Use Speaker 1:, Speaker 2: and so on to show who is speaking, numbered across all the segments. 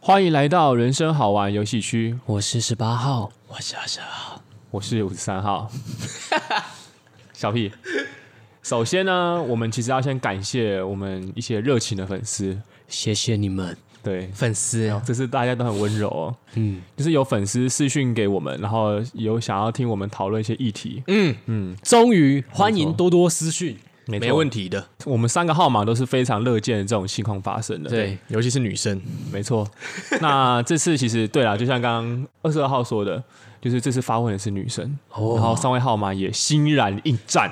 Speaker 1: 欢迎来到人生好玩游戏区，
Speaker 2: 我是十八号，
Speaker 3: 我是二十号，
Speaker 1: 我是五十三 号，小屁。首先呢，我们其实要先感谢我们一些热情的粉丝，
Speaker 2: 谢谢你们
Speaker 1: 对，
Speaker 2: 粉丝。
Speaker 1: 这次大家都很温柔、哦，
Speaker 2: 嗯
Speaker 1: 就是有粉丝私讯给我们，然后有想要听我们讨论一些议题，
Speaker 2: 嗯嗯，终于欢迎多多私讯，
Speaker 1: 没
Speaker 3: 没
Speaker 1: 错
Speaker 3: 问题的。
Speaker 1: 我们三个号码都是非常乐见这种情况发生的，，
Speaker 2: 对，
Speaker 3: 尤其是女生，
Speaker 1: 没错。那这次其实对啦，就像刚刚二十二号说的，就是这次发问的是女生，
Speaker 2: 哦
Speaker 1: 然后三位号码也欣然应战，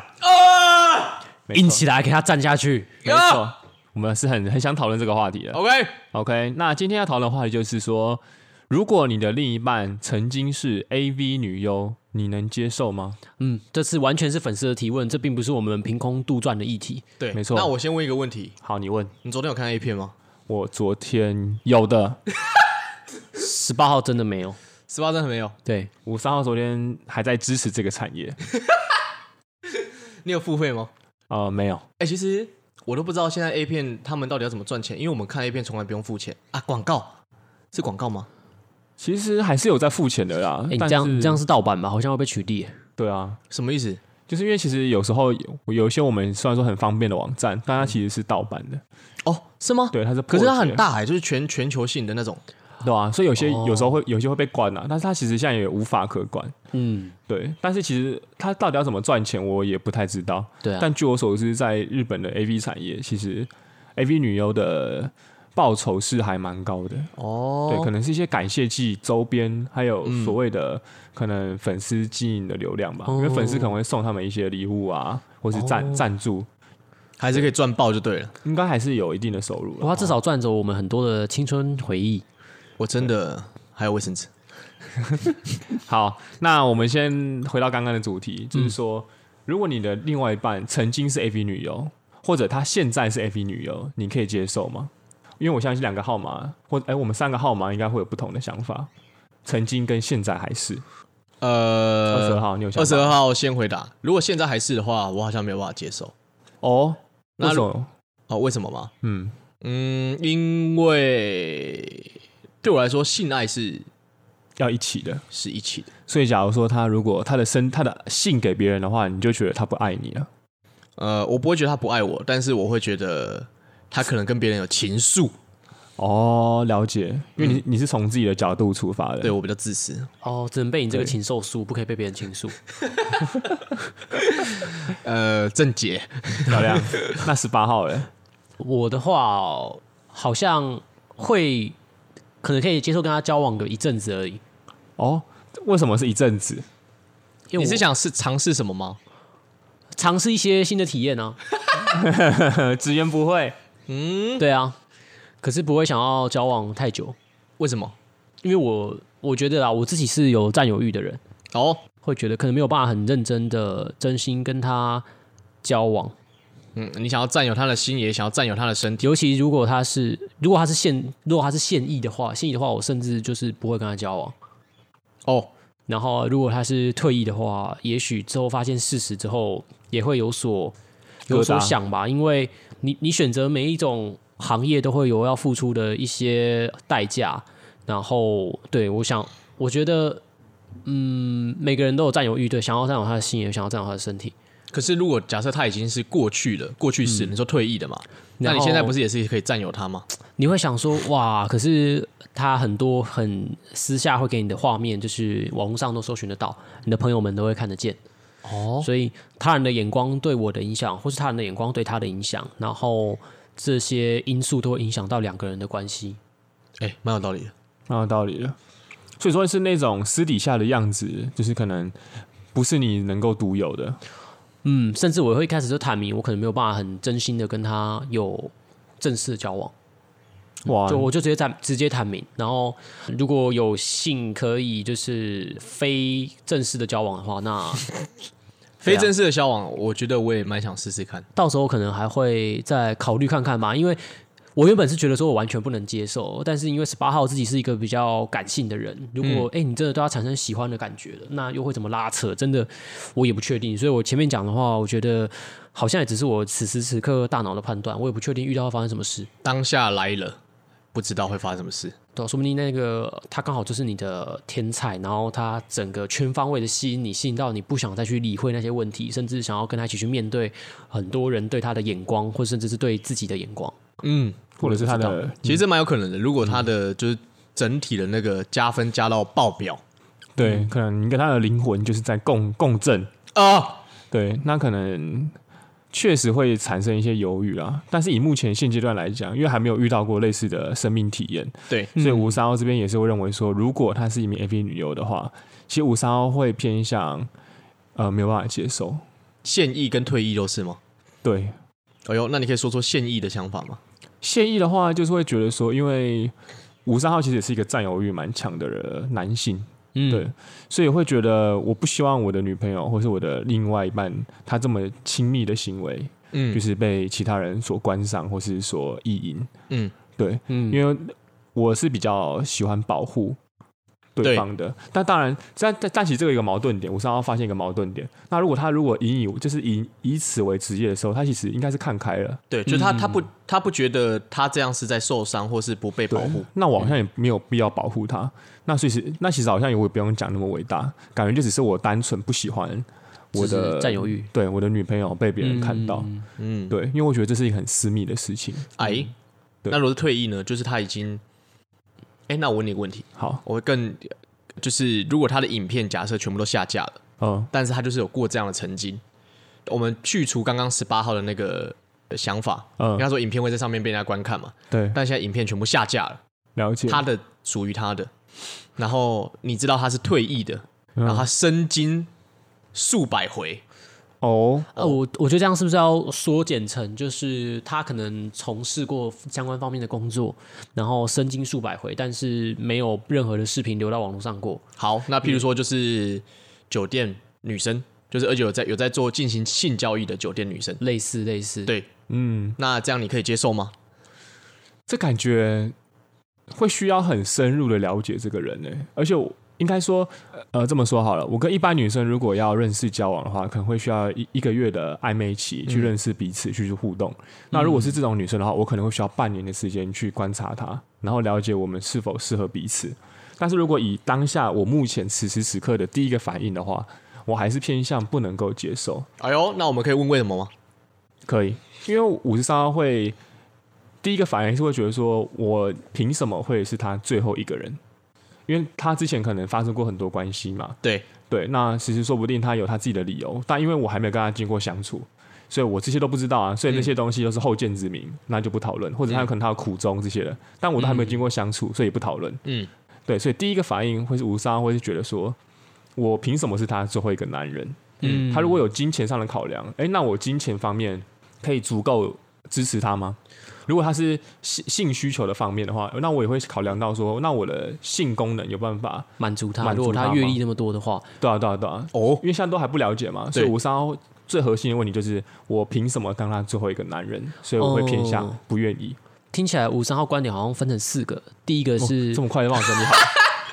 Speaker 1: 没错
Speaker 2: 硬起来给他站下去。
Speaker 1: 没错，我们是很很想讨论这个话题的。
Speaker 3: 啊 OK，
Speaker 1: OK，那今天要讨论的话题就是说，如果你的另一半曾经是 AV 女优，你能接受吗？
Speaker 2: 嗯，这次完全是粉丝的提问，这并不是我们凭空杜撰的议题。
Speaker 3: 对，
Speaker 1: 没错
Speaker 3: 那我先问一个问题，
Speaker 1: 好，你问
Speaker 3: 你昨天有看 A 片吗？
Speaker 1: 我昨天有的，
Speaker 2: 十八号真的没有，
Speaker 3: 十八针没有？
Speaker 2: 对，
Speaker 1: 五三号昨天还在支持这个产业，
Speaker 3: 你有付费吗？
Speaker 1: 呃，没有，
Speaker 3: 哎、其实我都不知道现在 A 片他们到底要怎么赚钱，因为我们看 A 片从来不用付钱啊。广告是广告吗？
Speaker 1: 其实还是有在付钱的啦。
Speaker 2: 哎、你
Speaker 1: 但
Speaker 2: 这样
Speaker 1: 是
Speaker 2: 你这样是盗版吧？好像会被取缔。
Speaker 1: 对啊，
Speaker 3: 什么意思？
Speaker 1: 就是因为其实有时候有有一些我们虽然说很方便的网站，但它其实是盗版的，
Speaker 3: 哦，是吗？
Speaker 1: 对，它是
Speaker 3: 可是它
Speaker 1: 破解
Speaker 3: 很，大哎、就是全全球性的那种。
Speaker 1: 对啊，所以有些、
Speaker 2: 哦
Speaker 1: 有时候会有些会被关啊，但是它其实现在也无法可管。
Speaker 2: 嗯，
Speaker 1: 对，但是其实它到底要怎么赚钱，我也不太知道。
Speaker 2: 对啊，
Speaker 1: 但据我所知，在日本的 AV 产业，其实 AV 女优的报酬是还蛮高的。
Speaker 3: 哦
Speaker 1: 对，可能是一些感谢季周边，还有
Speaker 2: 嗯
Speaker 1: 所谓的可能粉丝经营的流量吧，因为粉丝
Speaker 2: 哦
Speaker 1: 可能会送他们一些礼物啊，或是赞赞助，
Speaker 3: 还是可以赚爆就对了。
Speaker 1: 应该还是有一定的收入
Speaker 2: 不
Speaker 1: 了。
Speaker 2: 过至少赚走我们很多的青春回忆。
Speaker 3: 我真的还有卫生纸。
Speaker 1: 好，那我们先回到刚刚的主题，就是说，如果你的另外一半曾经是 AV 女优，或者她现在是 AV 女优，你可以接受吗？因为我相信两个号码，或哎、我们三个号码应该会有不同的想法。曾经跟现在还是二十
Speaker 3: 呃
Speaker 1: 二，号，你有想
Speaker 3: 二
Speaker 1: 法
Speaker 3: 十二号先回答。如果现在还是的话，我好像没有办法接受。
Speaker 1: 哦？
Speaker 3: 那
Speaker 1: 那
Speaker 3: 如
Speaker 1: 种
Speaker 3: 哦，为什么吗？
Speaker 1: 嗯，
Speaker 3: 嗯，因为对我来说，性爱是
Speaker 1: 要一起的。
Speaker 3: 是一起的。
Speaker 1: 所以，假如说他如果他的身他的性给别人的话，你就觉得他不爱你了。
Speaker 3: 呃，我不会觉得他不爱我，但是我会觉得他可能跟别人有情愫。
Speaker 1: 哦，了解，因为你、你是从自己的角度出发的。
Speaker 3: 嗯对我比较自私。
Speaker 2: 哦，只能被你这个
Speaker 1: 对
Speaker 2: 禽兽诉，不可以被别人倾诉。
Speaker 3: 呃，正解。
Speaker 1: 漂 亮。那十八号嘞？
Speaker 2: 我的话哦、好像会可能可以接受跟他交往个一阵子而已。
Speaker 1: 哦，为什么是一阵子？
Speaker 2: 因为我
Speaker 3: 你是想是尝试什么吗？
Speaker 2: 尝试一些新的体验啊？
Speaker 1: 呃，直言不讳。
Speaker 2: 对啊，可是不会想要交往太久，
Speaker 3: 为什么？
Speaker 2: 因为我我觉得啦，我自己是有占有欲的人，
Speaker 3: 哦，
Speaker 2: 会觉得可能没有办法很认真的真心跟他交往，
Speaker 3: 嗯，你想要占有他的心，也想要占有他的身体。
Speaker 2: 尤其如果他是如果他是现如果他是现役的话，现役的话，我甚至就是不会跟他交往。
Speaker 3: 哦，
Speaker 2: 然后如果他是退役的话，也许之后发现事实之后，也会有所有所
Speaker 1: 疙瘩
Speaker 2: 想吧，因为你你选择每一种行业都会有要付出的一些代价。然后，对我想，我觉得，嗯，每个人都有占有欲，对，想要占有他的心，也想要占有他的身体。
Speaker 3: 可是如果假设他已经是过去了，过去式，你说退役的嘛，那你
Speaker 2: 然后
Speaker 3: 现在不是也是可以占有他吗？
Speaker 2: 你会想说，哇，可是他很多很私下会给你的画面，就是网络上都搜寻得到，你的朋友们都会看得见。哦，所以他人的眼光对我的影响，或是他人的眼光对他的影响，然后这些因素都会影响到两个人的关系。
Speaker 3: 哎、蛮有道理的。
Speaker 1: 哦蛮有道理的。所以说是那种私底下的样子，就是可能不是你能够独有的。
Speaker 2: 嗯，甚至我会一开始就坦明，我可能没有办法很真心的跟他有正式的交往，
Speaker 1: 哇，
Speaker 2: 就我就直接坦直接坦明。然后如果有幸可以就是非正式的交往的话，那
Speaker 3: 非正式的交往，我觉得我也蛮想试试看。
Speaker 2: 到时候可能还会再考虑看看吧，因为我原本是觉得说我完全不能接受，但是因为十八号自己是一个比较感性的人，如果哎、诶你真的对他产生喜欢的感觉了，那又会怎么拉扯？真的我也不确定，所以我前面讲的话，我觉得好像也只是我此时此刻大脑的判断，我也不确定遇到会发生什么事。
Speaker 3: 当下来了，不知道会发生什么事。
Speaker 2: 对啊、说不定那个他刚好就是你的天菜，然后他整个全方位的吸引你，吸引到你不想再去理会那些问题，甚至想要跟他一起去面对很多人对他的眼光，或甚至是对自己的眼光。
Speaker 3: 嗯，
Speaker 1: 或者是他的
Speaker 3: 其实这蛮有可能的。如果他的就是整体的那个加分加到爆表
Speaker 1: 嗯对，可能你跟他的灵魂就是在共共振，
Speaker 3: 啊，
Speaker 1: 对，那可能确实会产生一些犹豫啦。但是以目前现阶段来讲，因为还没有遇到过类似的生命体验，
Speaker 3: 对，
Speaker 1: 所以吴沙欧这边也是会认为说，如果她是一名 AV 女优的话，其实吴沙欧会偏向呃没有办法接受。
Speaker 3: 现役跟退役都是吗？
Speaker 1: 对，
Speaker 3: 哎呦，那你可以说说现役的想法吗？
Speaker 1: 谢意的话，就是会觉得说，因为吴三号其实也是一个占有欲蛮强的人男性，
Speaker 2: 嗯
Speaker 1: 对，所以会觉得我不希望我的女朋友或是我的另外一半，她这么亲密的行为，
Speaker 3: 嗯
Speaker 1: 就是被其他人所观赏或是所意淫，
Speaker 3: 嗯，
Speaker 1: 对，
Speaker 2: 嗯，
Speaker 1: 因为我是比较喜欢保护对
Speaker 3: 对
Speaker 1: 方的。但当然，但但但其实这个有一个矛盾点，我上要发现一个矛盾点。那如果他如果引以就是以以此为职业的时候，他其实应该是看开了。
Speaker 3: 对，就他、他不他不觉得他这样是在受伤或是不被保护，
Speaker 1: 那我好像也没有必要保护他。那所以是那其实好像我也不用讲那么伟大，感觉就只是我单纯不喜欢我
Speaker 2: 就
Speaker 1: 的
Speaker 2: 是占有欲，
Speaker 1: 对我的女朋友被别人看到。
Speaker 3: 嗯，
Speaker 1: 对，因为我觉得这是一个很私密的事情。
Speaker 3: 哎，
Speaker 1: 对
Speaker 3: 那如果是退役呢？就是他已经，哎，那我问你一个问题，
Speaker 1: 好，
Speaker 3: 我会更就是如果他的影片假设全部都下架了，
Speaker 1: 嗯，
Speaker 3: 但是他就是有过这样的曾经，我们去除刚刚十八号的那个想法，
Speaker 1: 嗯
Speaker 3: 嗯，应该说影片会在上面被人家观看嘛，
Speaker 1: 对，
Speaker 3: 但现在影片全部下架了，
Speaker 1: 了解。
Speaker 3: 他的属于他的，然后你知道他是退役的，然后
Speaker 1: 嗯
Speaker 3: 他身经数百回，
Speaker 1: 哦，
Speaker 2: 呃，我我觉得这样是不是要缩减成，就是他可能从事过相关方面的工作，然后身经数百回，但是没有任何的视频流到网络上过。
Speaker 3: 好，那譬如说就是酒店女生，就是而且有在有在做进行性交易的酒店女生，
Speaker 2: 类似类似，
Speaker 3: 对
Speaker 1: 嗯，
Speaker 3: 那这样你可以接受吗？
Speaker 1: 这感觉会需要很深入的了解这个人呢、欸而且我应该说，呃，这么说好了，我跟一般女生如果要认识交往的话，可能会需要一一个月的暧昧期去认识彼此，去互动。那如果是这种女生的话，我可能会需要半年的时间去观察她，然后了解我们是否适合彼此。但是如果以当下我目前此时此刻的第一个反应的话，我还是偏向不能够接受。
Speaker 3: 哎呦，那我们可以问为什么吗？
Speaker 1: 可以，因为五十三号会第一个反应是会觉得说，我凭什么会是他最后一个人？因为他之前可能发生过很多关系嘛，
Speaker 3: 对，
Speaker 1: 对，那其实说不定他有他自己的理由，但因为我还没有跟他经过相处，所以我这些都不知道啊，所以那些东西都是后见之明，那就不讨论，或者他有可能他有苦衷这些的，但我都还没有经过相处，所以也不讨论。
Speaker 3: 嗯，
Speaker 1: 对，所以第一个反应会是无伤，会是觉得说，我凭什么是他最后一个男人？嗯，他如果有金钱上的考量，诶，那我金钱方面可以足够支持他吗？如果他是性性需求的方面的话，那我也会考量到说，那我的性功能有办法？
Speaker 2: 满足他。
Speaker 1: 满足
Speaker 2: 如果
Speaker 1: 他
Speaker 2: 他
Speaker 1: 吗
Speaker 2: 阅历那么多的话，
Speaker 1: 对啊，对啊，对啊，
Speaker 3: 哦，
Speaker 1: 因为现在都还不了解嘛，所以
Speaker 3: 对
Speaker 1: 吴三号最核心的问题就是我凭什么当他最后一个男人？所以我会偏向
Speaker 2: 哦
Speaker 1: 不愿意。
Speaker 2: 听起来五三号观点好像分成四个。第一个哦
Speaker 1: 哦
Speaker 2: 是、
Speaker 1: 这么快就帮我整理好，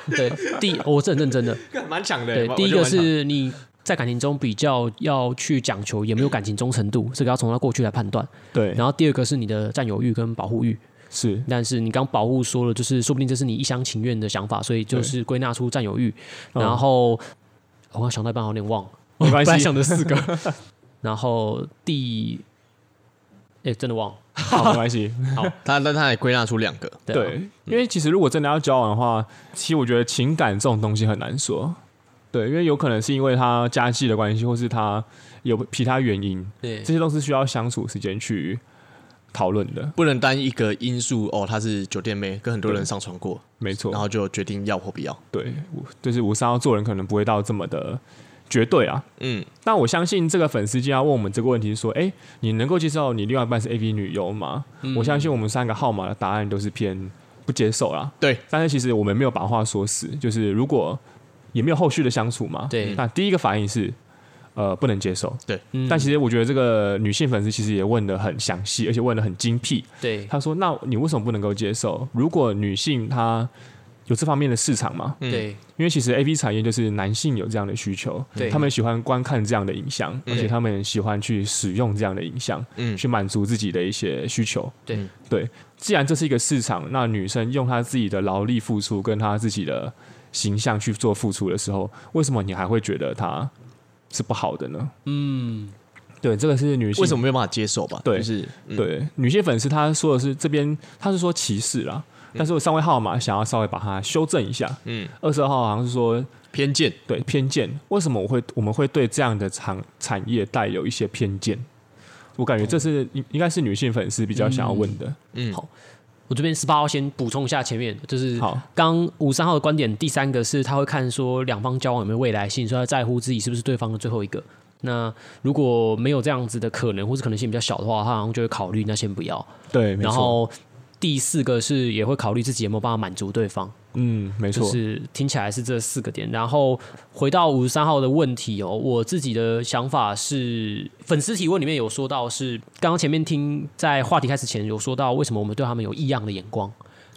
Speaker 2: 对，第 我是很认真的。
Speaker 3: 蛮强的欸
Speaker 2: 对，第一个是你在感情中比较要去讲求有没有感情忠诚度，这个要从他过去来判断。
Speaker 1: 对，
Speaker 2: 然后第二个是你的占有欲跟保护欲，
Speaker 1: 是
Speaker 2: 但是你刚保护说了，就是说不定这是你一厢情愿的想法，所以就是归纳出占有欲。
Speaker 1: 嗯
Speaker 2: 然后、哦我刚想到一半，有点 忘了，
Speaker 1: 没关
Speaker 2: 本来
Speaker 1: 系
Speaker 2: 想。的四个。 然后第，哎、真的忘了。
Speaker 1: 好，没关系。
Speaker 3: 他，但他也归纳出两个，
Speaker 2: 对啊
Speaker 1: 对，因为其实如果真的要交往的话，其实我觉得情感这种东西很难说。对，因为有可能是因为他家系的关系，或是他有其他原因，
Speaker 2: 对
Speaker 1: 这些都是需要相处时间去讨论的。
Speaker 3: 不能单一个因素哦，他是酒店妹，跟很多人上床过，
Speaker 1: 没错，
Speaker 3: 然后就决定要或不要。
Speaker 1: 对，我就是吴三要做人可能不会到这么的绝对啊。
Speaker 3: 嗯，
Speaker 1: 那我相信这个粉丝今天要问我们这个问题是说，哎、你能够接受你另外一半是 AV 女优吗？
Speaker 3: 嗯
Speaker 1: 我相信我们三个号码的答案都是偏不接受啦。
Speaker 3: 对，
Speaker 1: 但是其实我们没有把话说死，就是如果也没有后续的相处嘛，
Speaker 2: 对
Speaker 1: 那第一个反应是。呃，不能接受。
Speaker 3: 对，嗯
Speaker 1: 但其实我觉得这个女性粉丝其实也问的很详细，而且问的很精辟。
Speaker 2: 对，
Speaker 1: 他说：“那你为什么不能够接受？如果女性她有这方面的市场吗？
Speaker 3: 嗯
Speaker 2: 对，
Speaker 1: 因为其实 A V 产业就是男性有这样的需求，
Speaker 2: 对
Speaker 1: 他们喜欢观看这样的影像，
Speaker 3: 嗯
Speaker 1: 而且他们喜欢去使用这样的影像，
Speaker 3: 嗯
Speaker 1: 去满足自己的一些需求。
Speaker 2: 对
Speaker 3: 嗯
Speaker 1: 对，既然这是一个市场，那女生用她自己的劳力付出跟她自己的形象去做付出的时候，为什么你还会觉得她是不好的呢？嗯，对，这个是女性
Speaker 3: 为什么没有办法接受吧？
Speaker 1: 对
Speaker 3: 就是嗯
Speaker 1: 对，女性粉丝她说的是这边，她是说歧视啦，
Speaker 2: 嗯
Speaker 1: 但是我上位号码想要稍微把它修正一下。
Speaker 3: 嗯
Speaker 1: 二十二号好像是说
Speaker 3: 偏见，
Speaker 1: 对偏见，为什么我会我们会对这样的产产业带有一些偏见？我感觉这是应应该是女性粉丝比较想要问的。
Speaker 3: 嗯
Speaker 2: 好我这边十八号先补充一下前面，就是
Speaker 1: 好，
Speaker 2: 刚五三号的观点，第三个是他会看说两方交往有没有未来性，所以他在乎自己是不是对方的最后一个。那如果没有这样子的可能，或是可能性比较小的话，他好像就会考虑那先不要。
Speaker 1: 对，没
Speaker 2: 然
Speaker 1: 错，
Speaker 2: 后第四个是也会考虑自己有没有办法满足对方，
Speaker 1: 嗯，没
Speaker 2: 就
Speaker 1: 错，
Speaker 2: 是听起来是这四个点。然后回到五十三号的问题哦，我自己的想法是，粉丝提问里面有说到是，刚刚前面听在话题开始前有说到为什么我们对他们有异样的眼光。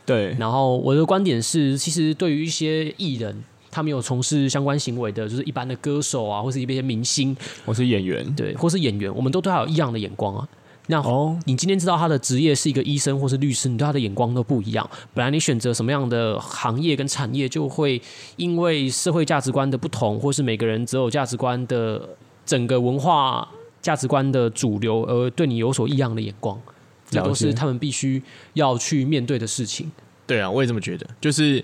Speaker 1: 对，
Speaker 2: 然后我的观点是，其实对于一些艺人，他们有从事相关行为的，就是一般的歌手啊，或是一些明星，
Speaker 1: 我是演员。
Speaker 2: 对，或是演员，我们都对他有异样的眼光啊。那
Speaker 1: 哦，
Speaker 2: 你今天知道他的职业是一个医生或是律师，你对他的眼光都不一样。本来你选择什么样的行业跟产业，就会因为社会价值观的不同，或是每个人择偶价值观的整个文化价值观的主流，而对你有所异样的眼光。这都
Speaker 1: 了
Speaker 2: 是
Speaker 1: 解
Speaker 2: 他们必须要去面对的事情。
Speaker 3: 对啊，我也这么觉得，就是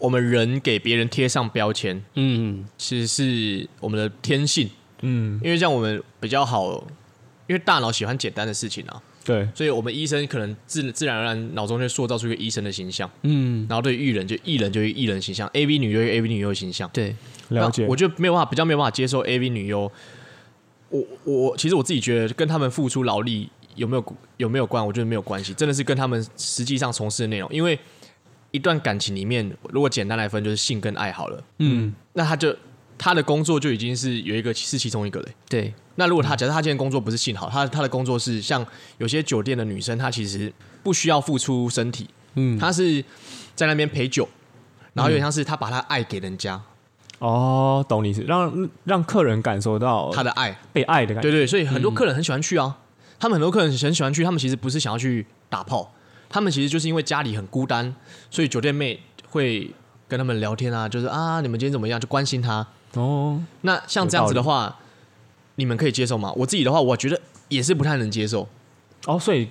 Speaker 3: 我们人给别人贴上标签，
Speaker 2: 嗯，
Speaker 3: 其实是我们的天性，
Speaker 1: 嗯，
Speaker 3: 因为这样我们比较好，因为大脑喜欢简单的事情啊，
Speaker 1: 对，
Speaker 3: 所以我们医生可能自自然而然脑中就塑造出一个医生的形象，
Speaker 2: 嗯，
Speaker 3: 然后对于艺人就艺人就艺人形象，A V 女优有 A V 女优的形象。
Speaker 2: 对，
Speaker 1: 了解
Speaker 3: 那我。就没有办法，比较没有办法接受 A V 女优。我我其实我自己觉得跟他们付出劳力有没有有没有关，我觉得没有关系，真的是跟他们实际上从事的内容。因为一段感情里面，如果简单来分，就是性跟爱好了。
Speaker 2: 嗯，
Speaker 3: 那他就他的工作就已经是有一个是其中一个了。
Speaker 2: 对，
Speaker 3: 那如果
Speaker 1: 嗯
Speaker 3: 他假设他今天工作不是性好，他他的工作是像有些酒店的女生，她其实不需要付出身体，
Speaker 2: 嗯，
Speaker 3: 她是在那边陪酒，然后有点像是她把她爱给人家，
Speaker 1: 哦，懂你意思，让让客人感受到
Speaker 3: 她的爱，
Speaker 1: 被爱的感觉。嗯
Speaker 3: 对对，所以很多客人很喜欢去啊，他们很多客人很喜欢去，他们其实不是想要去打炮，他们其实就是因为家里很孤单，所以酒店妹会跟他们聊天啊，就是啊你们今天怎么样，就关心他。
Speaker 1: 哦，
Speaker 3: 那像这样子的话，你们可以接受吗？我自己的话，我觉得也是不太能接受。
Speaker 1: 哦，所以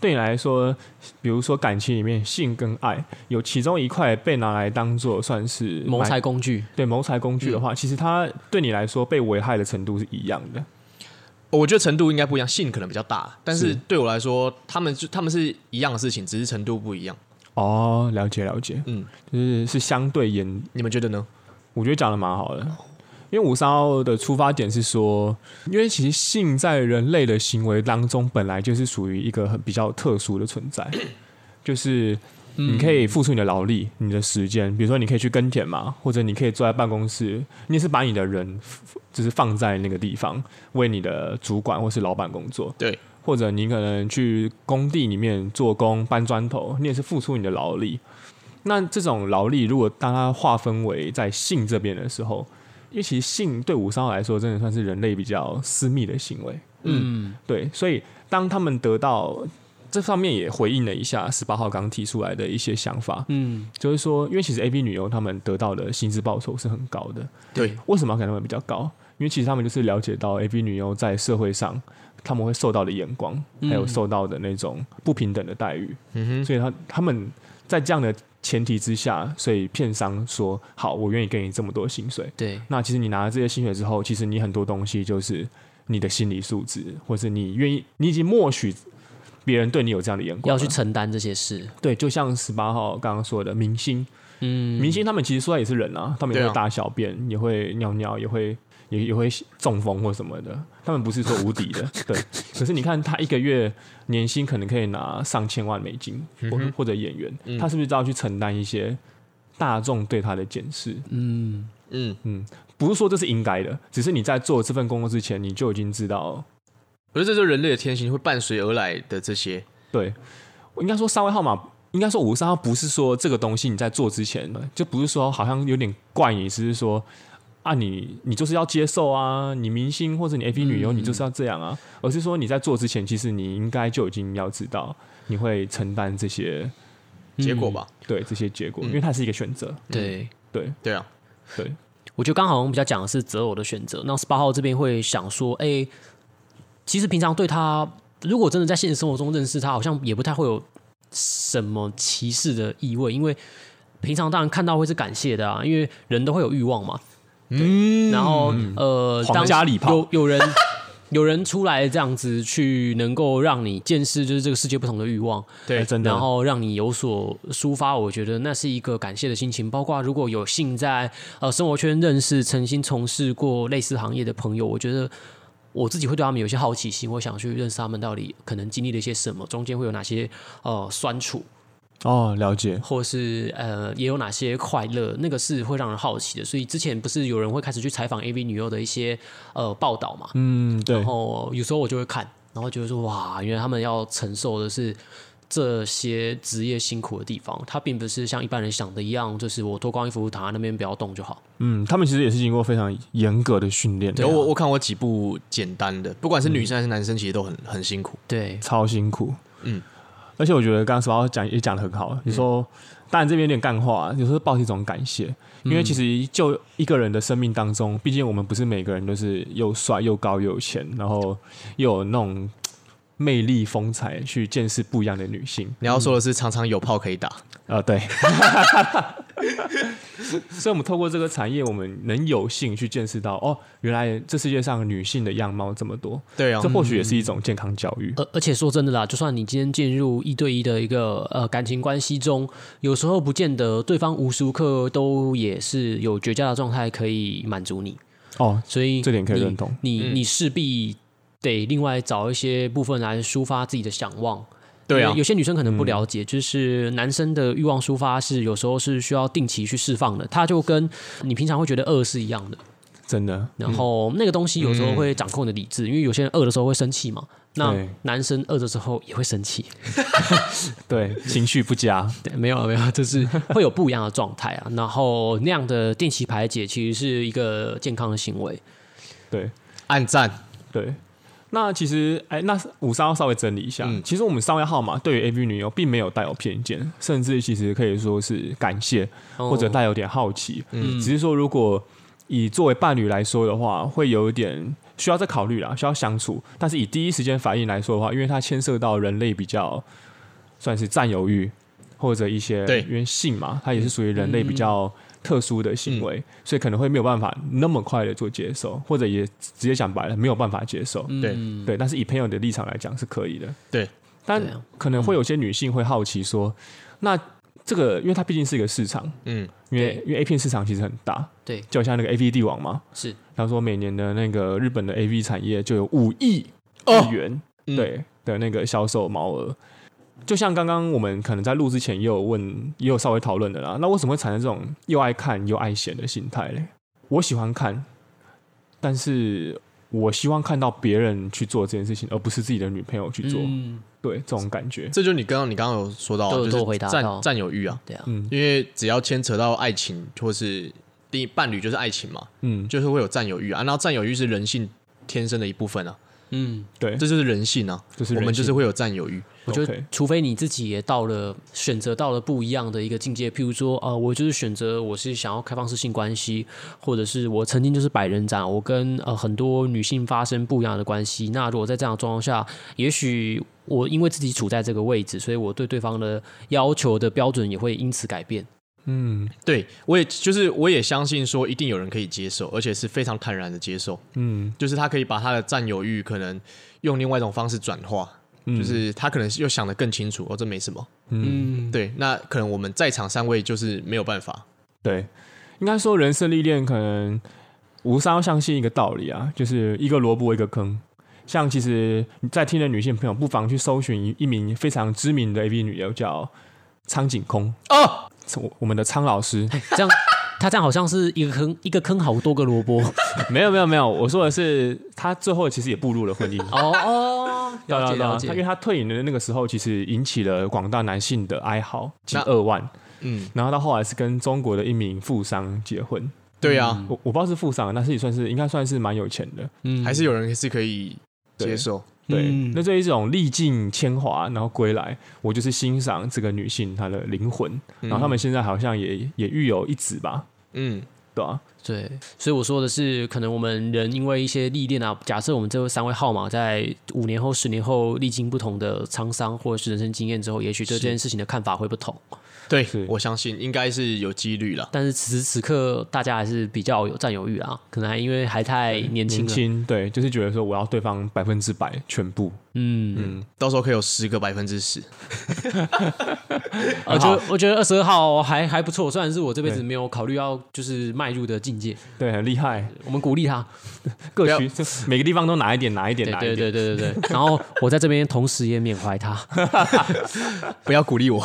Speaker 1: 对你来说，比如说感情里面性跟爱有其中一块被拿来当做算是
Speaker 2: 谋财
Speaker 1: 买
Speaker 2: 工具，
Speaker 1: 对谋财工具的话，其实它对你来说被危害的程度是一样的。
Speaker 3: 我觉得程度应该不一样，性可能比较大，但是
Speaker 1: 是
Speaker 3: 对我来说，他们就他们是一样的事情，只是程度不一样。
Speaker 1: 哦，了解了解，
Speaker 3: 嗯，
Speaker 1: 就是是相对严，
Speaker 3: 你们觉得呢？
Speaker 1: 我觉得讲的蛮好的。因为五三二的出发点是说，因为其实性在人类的行为当中本来就是属于一个很比较特殊的存在，就是你可以付出你的劳力、你的时间，比如说你可以去耕田嘛，或者你可以坐在办公室，你也是把你的人就是放在那个地方，为你的主管或是老板工作。
Speaker 3: 对，
Speaker 1: 或者你可能去工地里面做工搬砖头，你也是付出你的劳力。那这种劳力，如果当它划分为在性这边的时候，因为其实性对五烧来说，真的算是人类比较私密的行为。
Speaker 2: 嗯，
Speaker 1: 对，所以当他们得到这方面也回应了一下十八号刚提出来的一些想法，
Speaker 2: 嗯，
Speaker 1: 就是说，因为其实 A B 女优她们得到的薪资报酬是很高的，
Speaker 3: 对，
Speaker 1: 为什么要给他们比较高？因为其实他们就是了解到 A B 女优在社会上他们会受到的眼光，还有受到的那种不平等的待遇，
Speaker 3: 嗯
Speaker 1: 所以他他们在这样的前提之下，所以片商说好，我愿意给你这么多薪水。
Speaker 2: 对，
Speaker 1: 那其实你拿了这些薪水之后，其实你很多东西就是你的心理素质，或是你愿意，你已经默许别人对你有这样的眼光
Speaker 2: 要
Speaker 1: 了，
Speaker 2: 去承担这些事，
Speaker 1: 对，就像十八号刚刚说的，明星，
Speaker 2: 嗯，
Speaker 1: 明星他们其实说来也是人啊，他们也
Speaker 3: 对啊
Speaker 1: 会大小便，也会尿尿，也会也也会中风或什么的，他们不是说无敌 的，对。可是你看他一个月年薪可能可以拿上千万美金，或、
Speaker 3: 嗯
Speaker 1: 或者演员，他是不是就要去承担一些大众对他的检视？
Speaker 3: 哼，嗯，
Speaker 1: 不是说这是应该的，只是你在做这份工作之前，你就已经知道，
Speaker 3: 我觉得这就是人类的天性会伴随而来的这些。
Speaker 1: 对，我应该说三位号码应该说五十三号不是说这个东西你在做之前，就不是说好像有点怪你，只是说啊你你就是要接受啊，你明星或者你 A P
Speaker 2: 嗯
Speaker 1: 女优你就是要这样啊，而是说你在做之前，其实你应该就已经要知道你会承担这些
Speaker 3: 结果吧？
Speaker 1: 对这些结
Speaker 2: 嗯
Speaker 1: 果，因为它是一个选择，
Speaker 2: 对，
Speaker 1: 对
Speaker 3: 对啊，
Speaker 1: 对，
Speaker 2: 我觉得刚好我们比较讲的是择偶的选择，那十八号这边会想说，哎、其实平常对他，如果真的在现实生活中认识他，好像也不太会有什么歧视的意味，因为平常当然看到会是感谢的啊，因为人都会有欲望嘛。嗯，然后呃，
Speaker 1: 皇
Speaker 2: 当
Speaker 1: 家礼炮
Speaker 2: 有有人有人出来这样子去，能够让你见识就是这个世界不同的欲望，
Speaker 1: 哎
Speaker 3: 对，
Speaker 1: 真的，
Speaker 2: 然后让你有所抒发，我觉得那是一个感谢的心情。包括如果有幸在呃生活圈认识、曾经从事过类似行业的朋友，我觉得我自己会对他们有一些好奇心，我想去认识他们到底可能经历了一些什么，中间会有哪些呃酸楚，
Speaker 1: 哦了解，
Speaker 2: 或是呃也有哪些快乐，那个是会让人好奇的。所以之前不是有人会开始去采访 AV 女优的一些呃报道嘛，
Speaker 1: 嗯对
Speaker 2: 然，后有时候我就会看，然后觉得说哇，原来他们要承受的是这些职业辛苦的地方，他并不是像一般人想的一样，就是我脱光衣服躺在那边不要动就好。
Speaker 1: 嗯，他们其实也是经过非常严格的训练，
Speaker 3: 有我我看过几部简单的，不管是女生还是男生，其实都很很辛苦。
Speaker 2: 对，
Speaker 1: 超辛苦。嗯嗯
Speaker 3: 嗯，
Speaker 1: 而且我觉得刚刚十八号讲也讲的很好，你说，当然这边有点干话，有时候抱着一种感谢，因为其实就一个人的生命当中，毕竟我们不是每个人都是又帅又高又有钱，然后又有那种嘖魅力风采去见识不一样的女性。
Speaker 3: 你要说的是，常常有炮可以打，
Speaker 1: 啊，对。 所以，我们透过这个产业，我们能有幸去见识到，哦，原来这世界上女性的样貌这么多，
Speaker 3: 对啊
Speaker 1: 这，或许也是一种健康教育。
Speaker 2: 而而且说真的啦，就算你今天进入一对一的一个呃感情关系中，有时候不见得对方无时无刻都也是有绝佳的状态可以满足你，
Speaker 1: 哦，
Speaker 2: 所以
Speaker 1: 这点可以
Speaker 2: 你
Speaker 1: 认同
Speaker 2: 你你势必得另外找一些部分来抒发自己的想望。
Speaker 3: 对
Speaker 2: 因
Speaker 3: 啊
Speaker 2: 为，有些女生可能不了解，就是男生的欲望抒发是有时候是需要定期去释放的，它就跟你平常会觉得饿是一样的。
Speaker 1: 真的，
Speaker 2: 然后那个东西有时候会掌控你的理智，因为有些人饿的时候会生气嘛，那
Speaker 1: 对
Speaker 2: 男生饿的时候也会生气。
Speaker 1: 对，情绪不佳，
Speaker 2: 对，没有了没有了，就是会有不一样的状态啊。然 后那样的定期排解其实是一个健康的行为。
Speaker 1: 对
Speaker 3: 暗赞，
Speaker 1: 对。那其实，哎，那五三要稍微整理一下，
Speaker 3: 嗯
Speaker 1: 其实我们三位号码对于 AV 女优并没有带有偏见，甚至其实可以说是感谢，
Speaker 3: 哦
Speaker 1: 或者带有点好奇。
Speaker 3: 嗯
Speaker 1: 只是说如果以作为伴侣来说的话，会有一点需要再考虑啦，需要相处。但是以第一时间反应来说的话，因为它牵涉到人类比较算是占有欲，或者一些
Speaker 3: 对嗯
Speaker 1: 因为性嘛，它也是属于人类比较特殊的
Speaker 2: 嗯
Speaker 1: 行为，所以可能会没有办法那么快的做接受，或者也直接讲白了没有办法接受。
Speaker 3: 对，
Speaker 1: 对，但是以朋友的立场来讲是可以的。
Speaker 3: 对，
Speaker 1: 但
Speaker 2: 嗯对啊
Speaker 1: 可能会有些女性会好奇说，那这个因为它毕竟是一个市场，
Speaker 3: 嗯，
Speaker 1: 因为因为 A 片市场其实很大，
Speaker 2: 对，
Speaker 1: 就像那个 AV 帝王嘛，
Speaker 2: 是
Speaker 1: 他说每年的那个日本的 AV 产业就有五亿日元、
Speaker 3: 嗯
Speaker 1: 对的那个销售毛额。就像刚刚我们可能在录之前也有问，也有稍微讨论的啦。那为什么会产生这种又爱看又爱嫌的心态嘞？我喜欢看，但是我希望看到别人去做这件事情，而不是自己的女朋友去做。
Speaker 2: 嗯
Speaker 1: 对这种感觉，
Speaker 3: 这就是你刚刚你刚刚有说到啊，
Speaker 2: 都有
Speaker 3: 就
Speaker 2: 都有回
Speaker 3: 是
Speaker 2: 答到
Speaker 3: 占占有欲啊，
Speaker 2: 对啊，
Speaker 1: 嗯
Speaker 3: 因为只要牵扯到爱情或是第一伴侣就是爱情嘛，
Speaker 1: 嗯，
Speaker 3: 就是会有占有欲啊，然后占有欲是人性天生的一部分啊，
Speaker 2: 嗯，
Speaker 1: 对，
Speaker 3: 这就是人性啊，
Speaker 1: 就是
Speaker 3: 我
Speaker 1: 人
Speaker 3: 们就
Speaker 1: 性
Speaker 3: 是会有占有欲，
Speaker 2: 我觉得
Speaker 1: OK，
Speaker 2: 除非你自己也到了选择到了不一样的一个境界，譬如说，呃，我就是选择我是想要开放式性关系，或者是我曾经就是百人斩，我跟呃很多女性发生不一样的关系。那如果在这样的状况下，也许我因为自己处在这个位置，所以我对对方的要求的标准也会因此改变。
Speaker 1: 嗯
Speaker 3: 对我也就是我也相信说一定有人可以接受，而且是非常坦然的接受，
Speaker 1: 嗯，
Speaker 3: 就是他可以把他的占有欲可能用另外一种方式转化。
Speaker 1: 嗯
Speaker 3: 就是他可能又想得更清楚，哦，这没什么。
Speaker 2: 嗯，
Speaker 3: 对，那可能我们在场三位就是没有办法，
Speaker 1: 对，应该说人生历练可能无伤相信一个道理啊，就是一个萝卜一个坑。像其实你在听的女性朋友，不妨去搜寻一一名非常知名的 AV 女优，叫苍井空哦，是我我们的苍老师。
Speaker 2: 这样他这样好像是一个坑，一个坑好多个萝卜。
Speaker 1: 没有没有没有，我说的是他最后其实也步入了婚姻。
Speaker 2: 哦哦，
Speaker 1: 对啊
Speaker 2: 了解
Speaker 1: 对啊
Speaker 2: 了
Speaker 1: 他因为
Speaker 2: 解。
Speaker 1: 他退隐的那个时候，其实引起了广大男性的哀嚎，近
Speaker 3: 那
Speaker 1: 二万。
Speaker 3: 嗯，
Speaker 1: 然后到后来是跟中国的一名富商结婚，
Speaker 3: 对啊，
Speaker 1: 我我不知道是富商，但是也算是应该算是蛮有钱的。
Speaker 2: 嗯
Speaker 3: 还是有人是可以接受。
Speaker 1: 对，
Speaker 2: 嗯
Speaker 1: 那这一种历尽铅华然后归来，我就是欣赏这个女性她的灵魂。
Speaker 2: 嗯
Speaker 1: 然后他们现在好像也也育有一子吧，
Speaker 3: 嗯，
Speaker 1: 对啊吧、
Speaker 2: 对，所以我说的是，可能我们人因为一些历练啊，假设我们这三位号码在五年后、十年后历经不同的沧桑或者是人生经验之后，也许对这件事情的看法会不同。
Speaker 3: 对
Speaker 1: 是，
Speaker 3: 我相信应该是有几率了。
Speaker 2: 但是此时此刻，大家还是比较有占有欲啊，可能还因为还太年轻
Speaker 1: 年
Speaker 2: 了。
Speaker 1: 轻对，就是觉得说我要对方百分之百全部，
Speaker 2: 嗯，
Speaker 3: 到时候可以有十个百分之十。
Speaker 2: 我呃觉得我觉得二十二号还还不错，虽然是我这辈子
Speaker 1: 对
Speaker 2: 没有考虑要就是迈入的境界，
Speaker 1: 对，很厉害。
Speaker 2: 我们鼓励他。
Speaker 1: 各
Speaker 3: 要
Speaker 1: 区就每个地方都拿一点，拿一点，
Speaker 2: 对
Speaker 1: 拿一
Speaker 2: 对
Speaker 1: 点。
Speaker 2: 对对对 对。然后我在这边同时也缅怀他。
Speaker 3: 不要鼓励我。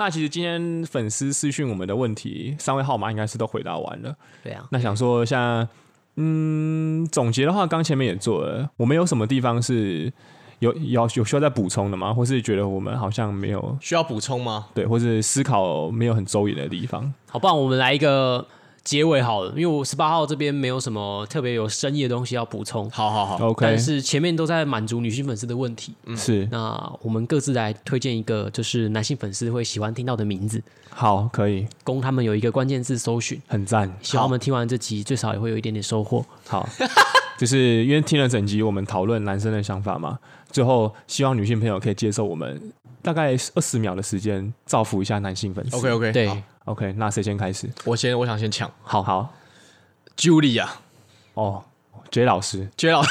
Speaker 1: 那其实今天粉丝私讯我们的问题，三位号码应该是都回答完了。
Speaker 2: 对啊，
Speaker 1: 那想说像，嗯，总结的话，刚前面也做了，我们有什么地方是有有有需要再补充的吗？或是觉得我们好像没有
Speaker 3: 需要补充吗？
Speaker 1: 对，或是思考没有很周延的地方？
Speaker 2: 好，不然我们来一个结尾好了，因为我十八号这边没有什么特别有深意的东西要补充。
Speaker 3: 好好好，
Speaker 1: OK，
Speaker 2: 哦但是嗯前面都在满足女性粉丝的问题，
Speaker 1: 是
Speaker 2: 那我们各自来推荐一个就是男性粉丝会喜欢听到的名字，
Speaker 1: 好，可以，
Speaker 2: 供他们有一个关键字搜寻。
Speaker 1: 很赞，
Speaker 2: 希望我们听完这集，最少也会有一点点收获。
Speaker 1: 好。 就是因为听了整集我们讨论男生的想法嘛，最后希望女性朋友可以接受我们大概二十秒的时间，造福一下男性粉丝。
Speaker 3: OK OK，
Speaker 2: 对，
Speaker 1: OK，那谁先开始？
Speaker 3: 我先我想先抢
Speaker 1: 好好
Speaker 3: Julia
Speaker 1: 哦，J 老师，
Speaker 3: J 老师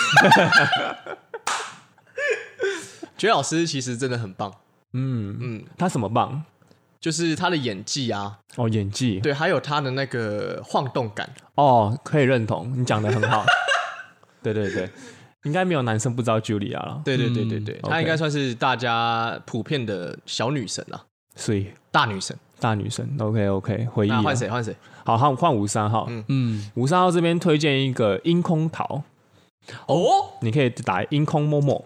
Speaker 3: ，J 老师其实真的很棒，
Speaker 1: 嗯
Speaker 3: 嗯
Speaker 1: 嗯，他什么棒？
Speaker 3: 就是他的演技啊，
Speaker 1: 哦，演技，
Speaker 3: 对，还有他的那个晃动感，
Speaker 1: 哦，可以认同，你讲的 很好。对对对，应该没有男生不知道 Julia 了。
Speaker 3: 对对对对对，
Speaker 1: 嗯 OK
Speaker 3: 她应该算是大家普遍的小女神啊，
Speaker 1: 所以
Speaker 3: 大女神。
Speaker 1: 大女神，OK OK，回忆
Speaker 3: 那
Speaker 1: 了。
Speaker 3: 换谁换谁？
Speaker 1: 好，换换五十三号。
Speaker 2: 嗯，
Speaker 1: 五十三号这边推荐一个音空桃，
Speaker 3: 哦，
Speaker 1: 你可以打音空 momo。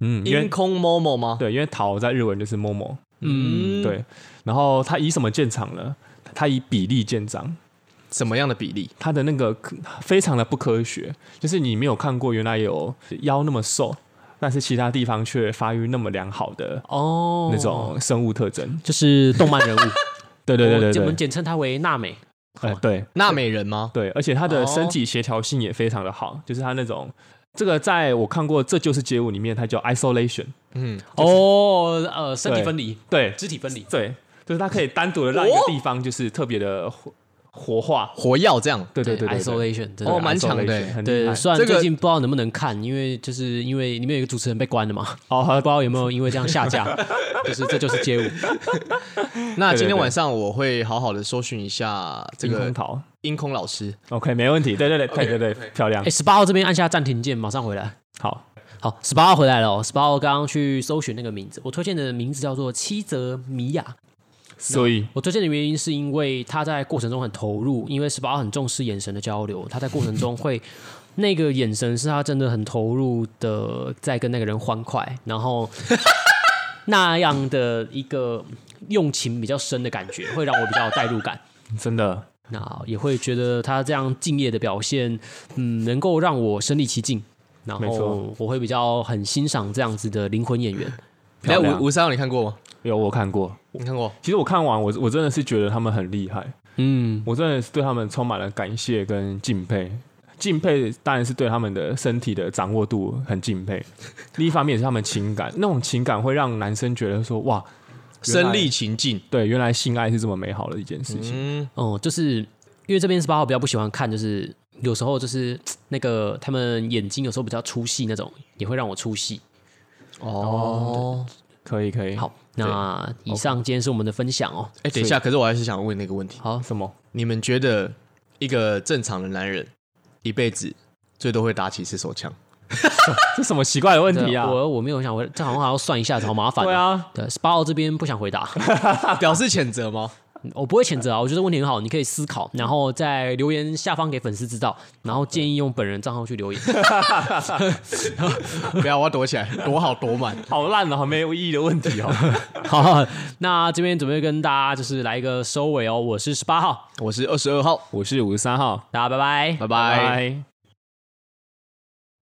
Speaker 1: 嗯，因
Speaker 3: 音
Speaker 1: 为
Speaker 3: 空 Momo 吗？
Speaker 1: 对，因为桃在日文就是 momo。
Speaker 2: 嗯
Speaker 1: 对，然后它以什么建厂呢？它以比例建厂。
Speaker 3: 什么样的比例？
Speaker 1: 它的那个科非常的不科学，就是你没有看过原来有腰那么瘦，但是其他地方却发育那么良好的
Speaker 2: 哦，
Speaker 1: 那种生物特征。
Speaker 2: 就是动漫人 物，
Speaker 1: 对对对
Speaker 2: 我
Speaker 1: 对
Speaker 2: 们
Speaker 1: 对，
Speaker 2: 简称她为娜美。哦
Speaker 1: 哎对
Speaker 3: 娜美人吗？
Speaker 1: 对，而且它的身体协调性也非常的好，就是它那种这个在我看过《这就是街舞》里面，它叫 isolation，
Speaker 3: 嗯，
Speaker 2: 哦，呃，身体
Speaker 1: 对
Speaker 2: 分离，
Speaker 1: 对
Speaker 2: 肢体分离。
Speaker 1: 对，就是它可以单独的让一个地方就是特别的活活化。
Speaker 3: 火药这样。
Speaker 1: 对对对对对
Speaker 2: ，isolation，真的
Speaker 3: 哦蛮强的
Speaker 1: isolation，很厉
Speaker 2: 对，
Speaker 1: 害。
Speaker 2: 虽然
Speaker 3: 这个
Speaker 2: 最近不知道能不能看，因为就是因为里面有一个主持人被关了嘛，
Speaker 1: 哦，好
Speaker 2: 不知道有没有因为这样下架， 就是这就是街舞。
Speaker 1: 对
Speaker 3: 那今
Speaker 1: 对
Speaker 3: 天
Speaker 1: 对
Speaker 3: 晚上我会好好的搜寻一下这
Speaker 1: 金
Speaker 3: 个
Speaker 1: 空桃
Speaker 3: 音空老师。
Speaker 1: ，OK，没问题。对对对对对对，漂亮
Speaker 2: 哎，。十八号这边按下暂停键，马上回来。
Speaker 1: 好，
Speaker 2: 好，十八号回来了、哦。十八号刚刚去搜寻那个名字，我推荐的名字叫做七泽米亚。
Speaker 1: 所以
Speaker 2: 我推荐的原因是因为他在过程中很投入，因为十八号很重视眼神的交流，他在过程中会那个眼神是他真的很投入的在跟那个人欢快，然后 那样的一个用情比较深的感觉，会让我比较有代入感。
Speaker 1: 真的
Speaker 2: 那也会觉得他这样敬业的表现，嗯，能够让我身临其境。然
Speaker 1: 没
Speaker 2: 后
Speaker 1: 错
Speaker 2: 我会比较很欣赏这样子的灵魂演员。
Speaker 3: 那
Speaker 1: 漂亮
Speaker 3: 哎吴吴三号你看过吗？
Speaker 1: 有我看过，
Speaker 3: 你看过？
Speaker 1: 其实我看完，我我真的是觉得他们很厉害，
Speaker 2: 嗯，
Speaker 1: 我真的是对他们充满了感谢跟敬佩。敬佩当然是对他们的身体的掌握度很敬佩，另一方面也是他们情感，那种情感会让男生觉得说哇，原
Speaker 3: 身
Speaker 1: 来
Speaker 3: 历情境。
Speaker 1: 对，原来性爱是这么美好的一件事情。
Speaker 3: 嗯，
Speaker 2: 哦、就是因为这边十八号比较不喜欢看，就是有时候就是那个他们眼睛有时候比较出戏那种，也会让我出戏。
Speaker 3: 哦，
Speaker 1: 可以可以，，
Speaker 2: 好，那以上今天是我们的分享哦。
Speaker 3: 哎，等一下，可是我还是想问那个问题：
Speaker 2: 好，
Speaker 1: 什么？
Speaker 3: 你们觉得一个正常的男人一辈子最多会打几次 手枪？
Speaker 1: 这什么奇怪的问题啊？
Speaker 2: 我我没有想回，这好像还要算一下子，好麻烦。哦
Speaker 1: 对，啊，
Speaker 2: 对，十八号这边不想回答。
Speaker 3: 表示谴责吗？
Speaker 2: 我不会谴责啊，我觉得问题很好，你可以思考，然后在留言下方给粉丝知道，然后建议用本人账号去留言。
Speaker 3: 不要，我要躲起来，躲好躲满。
Speaker 1: 好烂哦，好没有意义的问题哦。
Speaker 2: 好，那这边准备跟大家就是来一个收尾哦，我是十八号，
Speaker 3: 我是二十二号，
Speaker 1: 我是五十三号，
Speaker 2: 大家拜拜
Speaker 3: 拜。拜。
Speaker 1: 拜。